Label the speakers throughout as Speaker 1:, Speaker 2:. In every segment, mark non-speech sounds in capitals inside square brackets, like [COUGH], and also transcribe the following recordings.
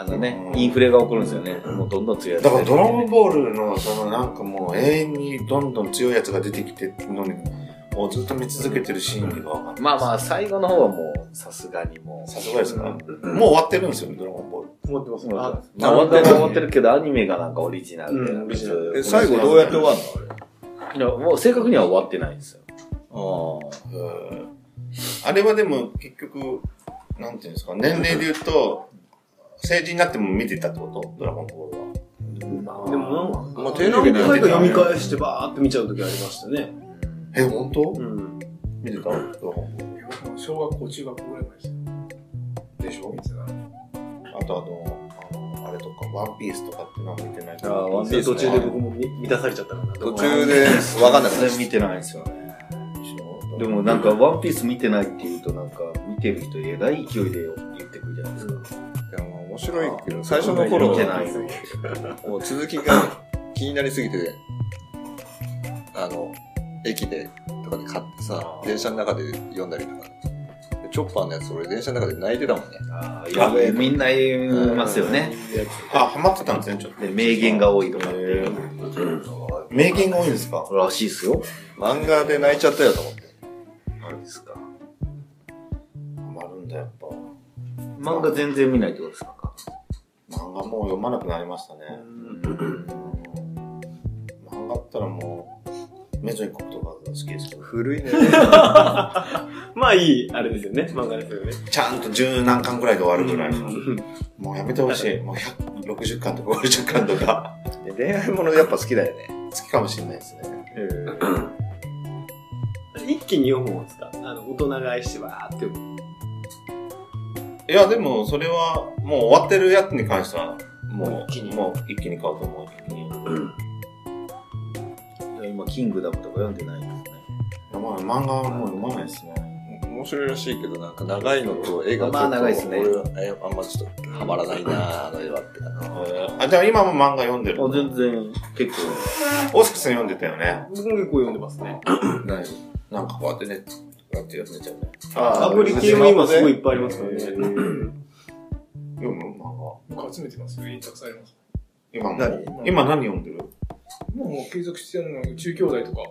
Speaker 1: あのね
Speaker 2: う、ん
Speaker 1: インフレが起こるんですよね。もうどんどん強いやつ
Speaker 2: だからドラゴンボールの、そのなんかもう永遠にどんどん強いやつが出てきてるのに、もうずっと見続けてる心理がわかんない。
Speaker 1: まあまあ、最後の方はもう、さすがにもう。
Speaker 2: さすがですか、もう終わってるんですよね、ドラゴンボール。
Speaker 3: 思ってますね。あ
Speaker 1: まあ、終わってる終わってるけど、アニメがなんかオリジナルで。
Speaker 3: うんオリジナル
Speaker 4: え最後どうやって終わるの
Speaker 1: いやもう正確には終わってないんですよ。
Speaker 4: あれ。
Speaker 2: うんあれはでも結局、なんていうんですか、年齢で言うと、成人になっても見てたってことドラゴンボールは。
Speaker 3: でもなんか、
Speaker 4: ま
Speaker 3: 何
Speaker 4: あ手
Speaker 3: 回
Speaker 4: 抜け
Speaker 3: か
Speaker 4: で
Speaker 3: 読み返してばーって見ちゃう時ありましたね。
Speaker 2: え、本当
Speaker 3: うん。
Speaker 2: 見てたドラゴンボー
Speaker 5: 小学校、中学校ぐらいまでですよ。
Speaker 2: ル。でしょ
Speaker 5: 見てたら
Speaker 2: あとあの、あの、あれとか、ワンピースとかっていうのは見てないけ
Speaker 3: あ
Speaker 2: ど
Speaker 3: あ、ワンピース途中で僕も見満たされちゃったからな。
Speaker 4: 途中でわかんなくなっち
Speaker 1: そ
Speaker 4: ゃ
Speaker 1: れ
Speaker 4: った
Speaker 1: 見てないですよね。
Speaker 2: でしょ
Speaker 1: でもなんか、ワンピース見てないって言うと、なんか、見てる人、えらい勢いで言ってくるじゃないですか。
Speaker 4: いやまあ面白いけど、最初の頃
Speaker 1: 見てない
Speaker 4: は、
Speaker 1: よ。
Speaker 4: もう続きが気になりすぎて、あの、駅でとかで買ってさ、電車の中で読んだりとか。でチョッパーのやつ俺電車の中で泣いてたもんね。
Speaker 1: あーやべえ、みんな言いますよね。
Speaker 2: あ、ハマってたんですね、ちょっと。
Speaker 1: で名言が多いとかって
Speaker 2: え
Speaker 1: いう。
Speaker 2: ー名言が多いんですか
Speaker 1: らしいですよ。
Speaker 4: 漫画で泣いちゃったよと思って。
Speaker 1: 何ですか。
Speaker 2: ハマるんだ、やっぱ。
Speaker 1: 漫画全然見ないってことですか
Speaker 2: 漫画もう読まなくなりましたね。漫画ったらもう、メゾン国とかが好きですけど、
Speaker 4: 古いね。
Speaker 3: まあいい、あれですよね。漫画ですよね。
Speaker 2: ちゃんと十何巻くらいで終わるぐらいの。もうやめてほしい。もう160巻とか50巻とか、
Speaker 4: 恋愛ものやっぱ好きだよね。
Speaker 2: 好きかもしれないですね。
Speaker 3: 一気に読むんですかあの、大人買いしてばーって読む。
Speaker 2: いや、でもそれは、もう終わってるやつに関しては、もう、もう一気に買うと思う。一気に。
Speaker 1: いや今、キングダムとか読んでないですね。
Speaker 2: まあ、漫画はもう読まないですね。
Speaker 4: [LAUGHS] 面白いらしいけど、なんか長いのと映画と
Speaker 1: まあ長いっすね
Speaker 4: 俺はえあんまちょっとハマらないなあの絵はって感じ。
Speaker 2: あ、じゃあ今も漫画読んでる
Speaker 1: あ。全然、結構。
Speaker 2: オスクさん読んでたよね。
Speaker 3: 僕も結構読んでますね。
Speaker 2: 何なんかこうやってね、なんてやってちゃうね。
Speaker 3: アプリ系も今すごいいっぱいありますからね。
Speaker 2: 読む漫
Speaker 5: 僕集めてますよ。家にたくさんあります。
Speaker 2: 画。今も。
Speaker 4: 何
Speaker 2: 今何読んでる
Speaker 5: 今もう継続してるのは宇宙兄弟とか。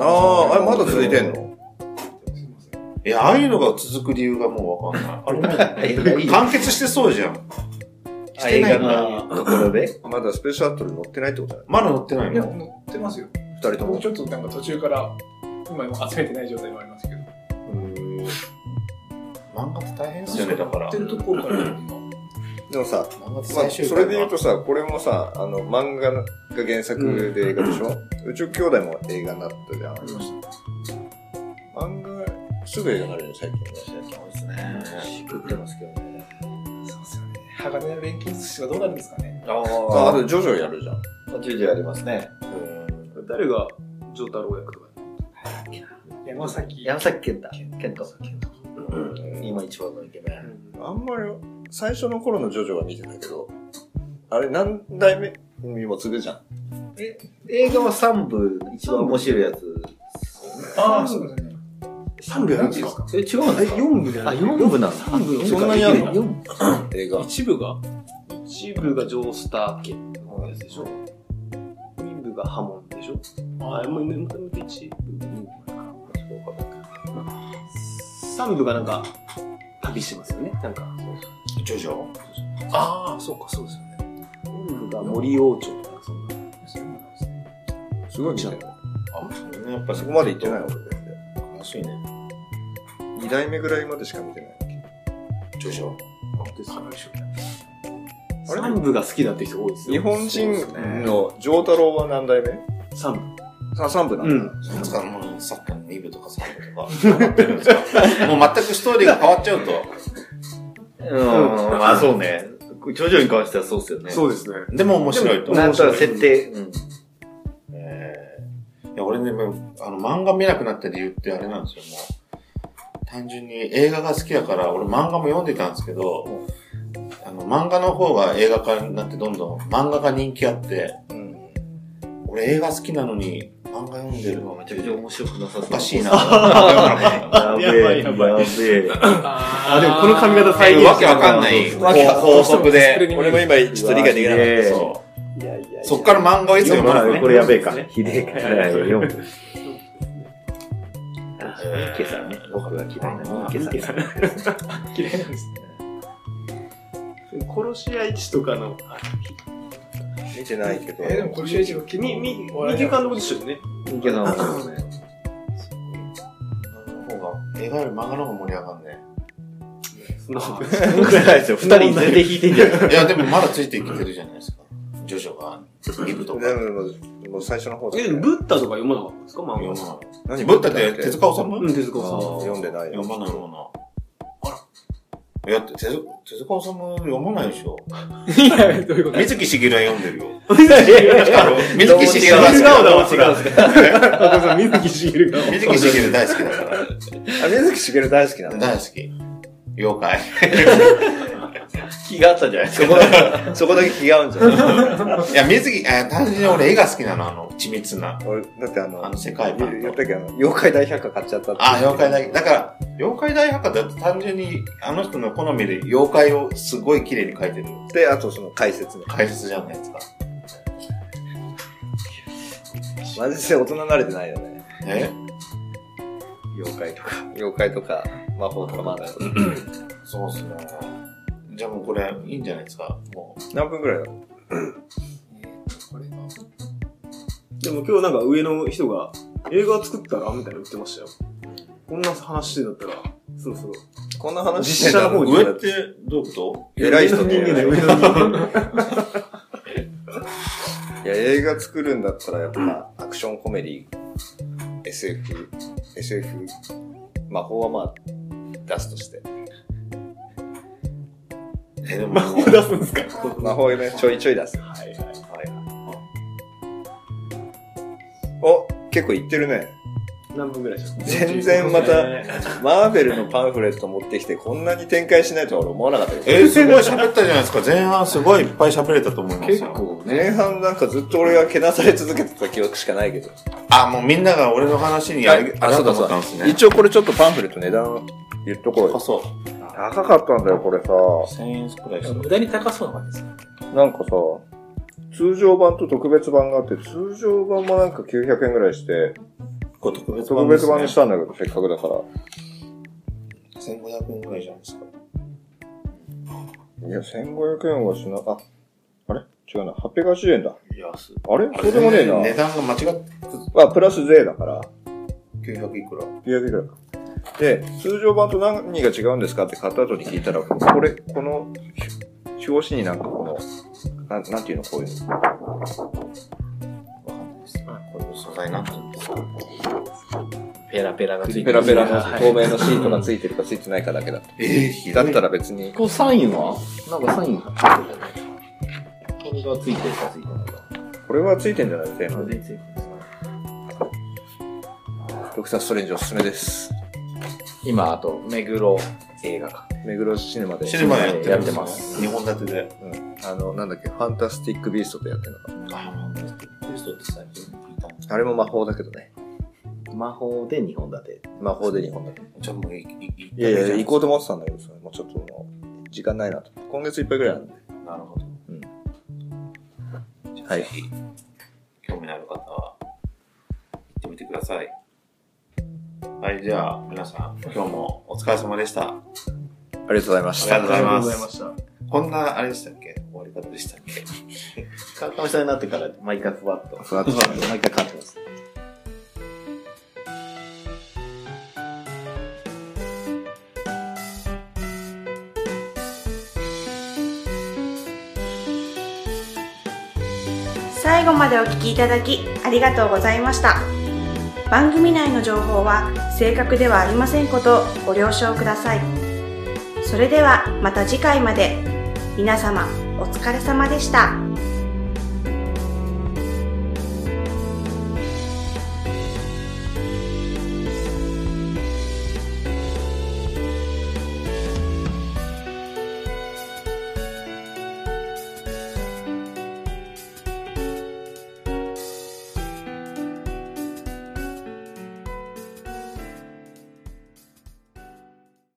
Speaker 4: ああ、あれまだ続いてんの
Speaker 5: すいません。
Speaker 2: いや、ああいうのが続く理由がもうわかんない。 [LAUGHS] あれもう [LAUGHS] 完結してそうじゃん。して
Speaker 1: 映
Speaker 2: ない
Speaker 1: 画
Speaker 2: んだ。
Speaker 1: のところで。
Speaker 4: まだスペースシャトル乗ってないってことじゃ
Speaker 2: まだ載ってない
Speaker 5: いや、
Speaker 2: の
Speaker 5: 乗ってますよ。
Speaker 4: ない二人と
Speaker 5: 僕
Speaker 4: も。
Speaker 5: ちょっとなんか途中から、今も集めてない状態もありますけど。
Speaker 2: 漫画って大変ですよね、だから
Speaker 5: 乗って。るところから今。
Speaker 4: でもさ、
Speaker 2: 漫画って
Speaker 4: ま
Speaker 2: 最
Speaker 4: あ、
Speaker 2: 終
Speaker 4: そ
Speaker 2: 回
Speaker 4: れで言う
Speaker 2: は
Speaker 4: とさ、これもさ、あの、漫画が原作で映画でしょ、宇宙兄弟も映画になったじゃん。ありました。漫画、すぐ映画になるよね、最近は。
Speaker 1: そうですね。作ってますけどね。
Speaker 5: そうですよね。鋼の錬金術師はどうなるんですかね。
Speaker 1: あ
Speaker 4: あ、あ
Speaker 1: あ
Speaker 4: と、ジョジョやるじゃん。
Speaker 1: ー、ジュジュありますね。
Speaker 3: 誰が、ジョータロ役とか
Speaker 5: 山崎。
Speaker 1: 山崎健太。健太。今一番のイケメン。
Speaker 4: あんまり、最初の頃のジョジョは見てたけど、あれ何代目にも継ぐじゃん。
Speaker 1: 映画は3部、一番面白いやつ。
Speaker 5: ああ、そうですね。
Speaker 3: 三部やるんですか
Speaker 1: え、違う
Speaker 3: え、
Speaker 1: んですか
Speaker 3: 四部じゃない
Speaker 1: 4部なんだ。
Speaker 3: 三部の
Speaker 4: そんなにあるの
Speaker 3: 四
Speaker 4: 映
Speaker 3: 部
Speaker 4: 画。
Speaker 3: 一部が一部がジョースター系のやつでしょ二部がハモンでしょあ、もう、もともと一部、二部か。三部がなんか、旅してますよね。なんか、
Speaker 2: ジョジョ。
Speaker 5: ああ、そうか、そうですよね。
Speaker 3: 四部が森王朝とか、そんな。
Speaker 4: すごい見てる。
Speaker 2: あ、それねやっぱ
Speaker 4: そこまで行ってない
Speaker 2: わ
Speaker 4: 俺。
Speaker 2: 悲しいね。
Speaker 4: 二代目ぐらいまでしか見てない。
Speaker 2: ジョジョ。
Speaker 4: あれ
Speaker 3: 三部が好きだって人多いですよ。
Speaker 4: 日本人のジョータロは何代目
Speaker 3: 三部。
Speaker 4: さ三部なんだ。
Speaker 3: うん
Speaker 2: なんですかもうサッカーの2部とか3部とか。なってるんですか [LAUGHS] もう全くストーリーが変わっちゃうと。
Speaker 1: うん、まあそうね。徐々に関してはそうですよね。
Speaker 3: そうですね。
Speaker 2: でも面白いと。
Speaker 1: なんとなく設定。うん。
Speaker 2: えーいや、俺ね、もうあの、漫画見なくなった理由ってあれなんですよ、もう。単純に映画が好きだから、俺漫画も読んでたんですけど、あの、漫画の方が映画化になってどんどん漫画が人気あって、俺映画好きなのに漫画読んでるの
Speaker 1: めちゃくちゃ面白くなさそ
Speaker 2: お
Speaker 1: う。
Speaker 2: かしいな。
Speaker 4: [LAUGHS]
Speaker 2: わ
Speaker 1: やべえ、
Speaker 3: やばいやば
Speaker 1: やべえ。
Speaker 5: あ
Speaker 3: あ、でもこの髪型
Speaker 5: 最
Speaker 3: 再現
Speaker 2: けわかんない。
Speaker 4: わけわかんない
Speaker 2: 法則で。
Speaker 4: 俺も今ちょっと理解できなかった。
Speaker 2: そ
Speaker 3: いやいやいや
Speaker 2: う。そっから漫画をいつ
Speaker 1: 読
Speaker 2: 読ま
Speaker 1: ま
Speaker 2: な
Speaker 1: ないい。これやべえか。ひでえか。読む。
Speaker 2: えー
Speaker 1: ミケさんね。僕が嫌いなミケさん。 [LAUGHS]
Speaker 5: 嫌いなんですね。
Speaker 3: 殺し屋一とかの、あ
Speaker 4: 見てないけど。
Speaker 5: えー、でもこれ試合中は結構
Speaker 3: み、み、右監督でしたよね。
Speaker 1: ミケさんはそうね。
Speaker 2: 漫画の方が映画より漫画の方が盛り上がんね。
Speaker 3: そんなこと
Speaker 1: 少ないですよ。二人全然引いてんじゃない
Speaker 2: いや、でもまだついていけてるじゃないですか。ジョジョが、ギブとか。
Speaker 4: でも、もう最初の方だ
Speaker 3: え、
Speaker 4: ね
Speaker 3: でもブッダとか読まなかったんですか漫画。
Speaker 4: 何
Speaker 2: ブッダって手塚治虫
Speaker 3: うん、手塚さん。
Speaker 4: 読んでないよ
Speaker 2: 読。まないもの。あら。いや、手塚手塚治虫読まないでしょ。
Speaker 5: いや、どういうこと
Speaker 2: 水木しげるは読んでるよ。
Speaker 1: 水
Speaker 2: [LAUGHS] 水
Speaker 1: 木
Speaker 2: 木し
Speaker 1: しげ
Speaker 2: げ
Speaker 1: る
Speaker 2: る
Speaker 1: は
Speaker 2: は
Speaker 1: 好
Speaker 2: 好
Speaker 1: き
Speaker 2: き
Speaker 1: だ
Speaker 2: だ
Speaker 1: か
Speaker 2: からら
Speaker 5: 水木しげるが。
Speaker 2: 水木しげる大好きだから。
Speaker 4: あ、水木しげる大好きなんだ。
Speaker 2: 大好き。妖怪。
Speaker 1: 気があったんじゃないです
Speaker 4: そこだけ、そこだけ気が合うんじゃない
Speaker 2: いや、水木、あ単純に俺絵が好きなの、あの、緻密な。
Speaker 4: 俺、だってあの、
Speaker 2: あの世界観と
Speaker 4: 言ったっけあの、妖怪大百科買っちゃったって
Speaker 2: あ、妖怪大、だから、妖怪大百科だと単純に、あの人の好みで妖怪をすごい綺麗に描いてる
Speaker 4: で、あとその解説ね。
Speaker 2: 解説じゃないですか。
Speaker 4: マジで大人慣れてないよね。
Speaker 2: え
Speaker 4: 妖怪とか。妖怪とか、魔法とかまだ。
Speaker 2: そうっすね。じゃあもうこれ、いいんじゃないですか。も
Speaker 4: 何分くらいだ
Speaker 3: でも今日なんか上の人が映画作ったらみたいなの言ってましたよ。こんな話だったら、そうそう。
Speaker 4: こんな話
Speaker 3: 実写の方
Speaker 2: う、
Speaker 3: に
Speaker 2: 上ってどういうこ
Speaker 4: 偉い人ね
Speaker 3: 上の人間だよ、上の人間。
Speaker 4: いや、映画作るんだったらやっぱ、アクションコメディ、SF、SF、魔法はまあ、出すとして。
Speaker 2: とえ、でも、
Speaker 3: 出すんですか
Speaker 4: 魔法をね、ちょいちょい出す。はいはい。お、結構いってるね。
Speaker 3: 何分ぐらいでした
Speaker 4: 全然また、マーベルのパンフレット持ってきて、こんなに展開しないとは俺思わなかったけ
Speaker 2: [LAUGHS] え、すごい喋ったじゃないですか。前半すごいいっぱい喋れたと思います
Speaker 1: 結
Speaker 2: よ。
Speaker 1: 構
Speaker 4: ど。前
Speaker 1: ね。
Speaker 4: 半なんかずっと俺がけなされ続けてた記憶しかないけど。
Speaker 2: あ、もうみんなが俺の話にあれ、あれだと思ったんですね。
Speaker 4: 一応これちょっとパンフレット値段言っとこう
Speaker 2: あ、
Speaker 4: よ。
Speaker 2: そ
Speaker 4: 高かったんだよ、これ
Speaker 2: う。
Speaker 4: さ。
Speaker 2: 1000円くらいした。
Speaker 5: 無駄に高そうな感じですね。
Speaker 4: なんかさ、通常版と特別版があって、通常版もなんか900円ぐらいして、
Speaker 2: これ特別
Speaker 4: 特
Speaker 2: 版
Speaker 4: 別版にしたんだけど、せっかくだから。
Speaker 2: 1500円くらいじゃないですか。
Speaker 4: いや、1500円はしな、あ、あれ違うな、880円だ。
Speaker 1: 安い
Speaker 4: あれそうでもねえな。
Speaker 2: 値段が間違って
Speaker 4: まあ、プラス税だから、
Speaker 2: 900いくら。
Speaker 4: 900円くらいか。で、通常版と何が違うんですかって買った後に聞いたら、これ、この、ひ表紙になんかこの、なんなんていうのこういうの。
Speaker 2: わかんないです。これも素材なんて言うんですか
Speaker 1: ペラペラがついてる。
Speaker 4: ペラペラの
Speaker 1: はい
Speaker 4: 透明のシートがついてるかついてないかだけだ。
Speaker 2: ええ、ひ
Speaker 4: だ
Speaker 2: ど
Speaker 4: っ
Speaker 2: い
Speaker 4: たら別に、
Speaker 1: こうサインはなんかサインが入ってるじゃないこれがついてるかついてないか。
Speaker 4: これはついてんじゃない全
Speaker 1: 全
Speaker 4: 部。
Speaker 1: 然ついてるんですか
Speaker 4: ドクターストレンジおすすめです。
Speaker 1: 今、あと、目黒映画館。
Speaker 4: 目黒シネマで。
Speaker 2: シネマやってるんで。
Speaker 1: やってます
Speaker 2: 2本立てで。
Speaker 4: うん。あの、なんだっけ、ファンタスティックビーストとやってるのか。
Speaker 2: ああ、テストって最近聞いたもん。
Speaker 4: あれも魔法だけどね。
Speaker 1: 魔法で2本立て。
Speaker 4: 魔法で日本だ
Speaker 2: じゃあもうい、い、い、
Speaker 4: いやいや、行こうと思ってたんだけど、それもうちょっともう、時間ないなと。今月いっぱいぐらいあるんで。
Speaker 2: う。なるほど。
Speaker 4: うん
Speaker 2: じゃあ
Speaker 4: はい
Speaker 2: ぜひ、興味のある方は、行ってみてください。はい、じゃあ、皆さん、今日もお疲れ様でした。あ
Speaker 4: ありがとうございまし
Speaker 2: り
Speaker 4: た
Speaker 2: が。とうございま。
Speaker 3: ありがとうございますした。
Speaker 2: こんな、あれでしたっけ終わり方でしたっ [LAUGHS] け
Speaker 1: カンカン下になってから、毎回ふわっと。
Speaker 4: ふわっとして
Speaker 1: 毎回カンカンです。
Speaker 6: 最後までお聞きいただきありがとうございました番組内の情報は正確ではありませんことをご了承くださいそれではまた次回まで皆様お疲れ様でした。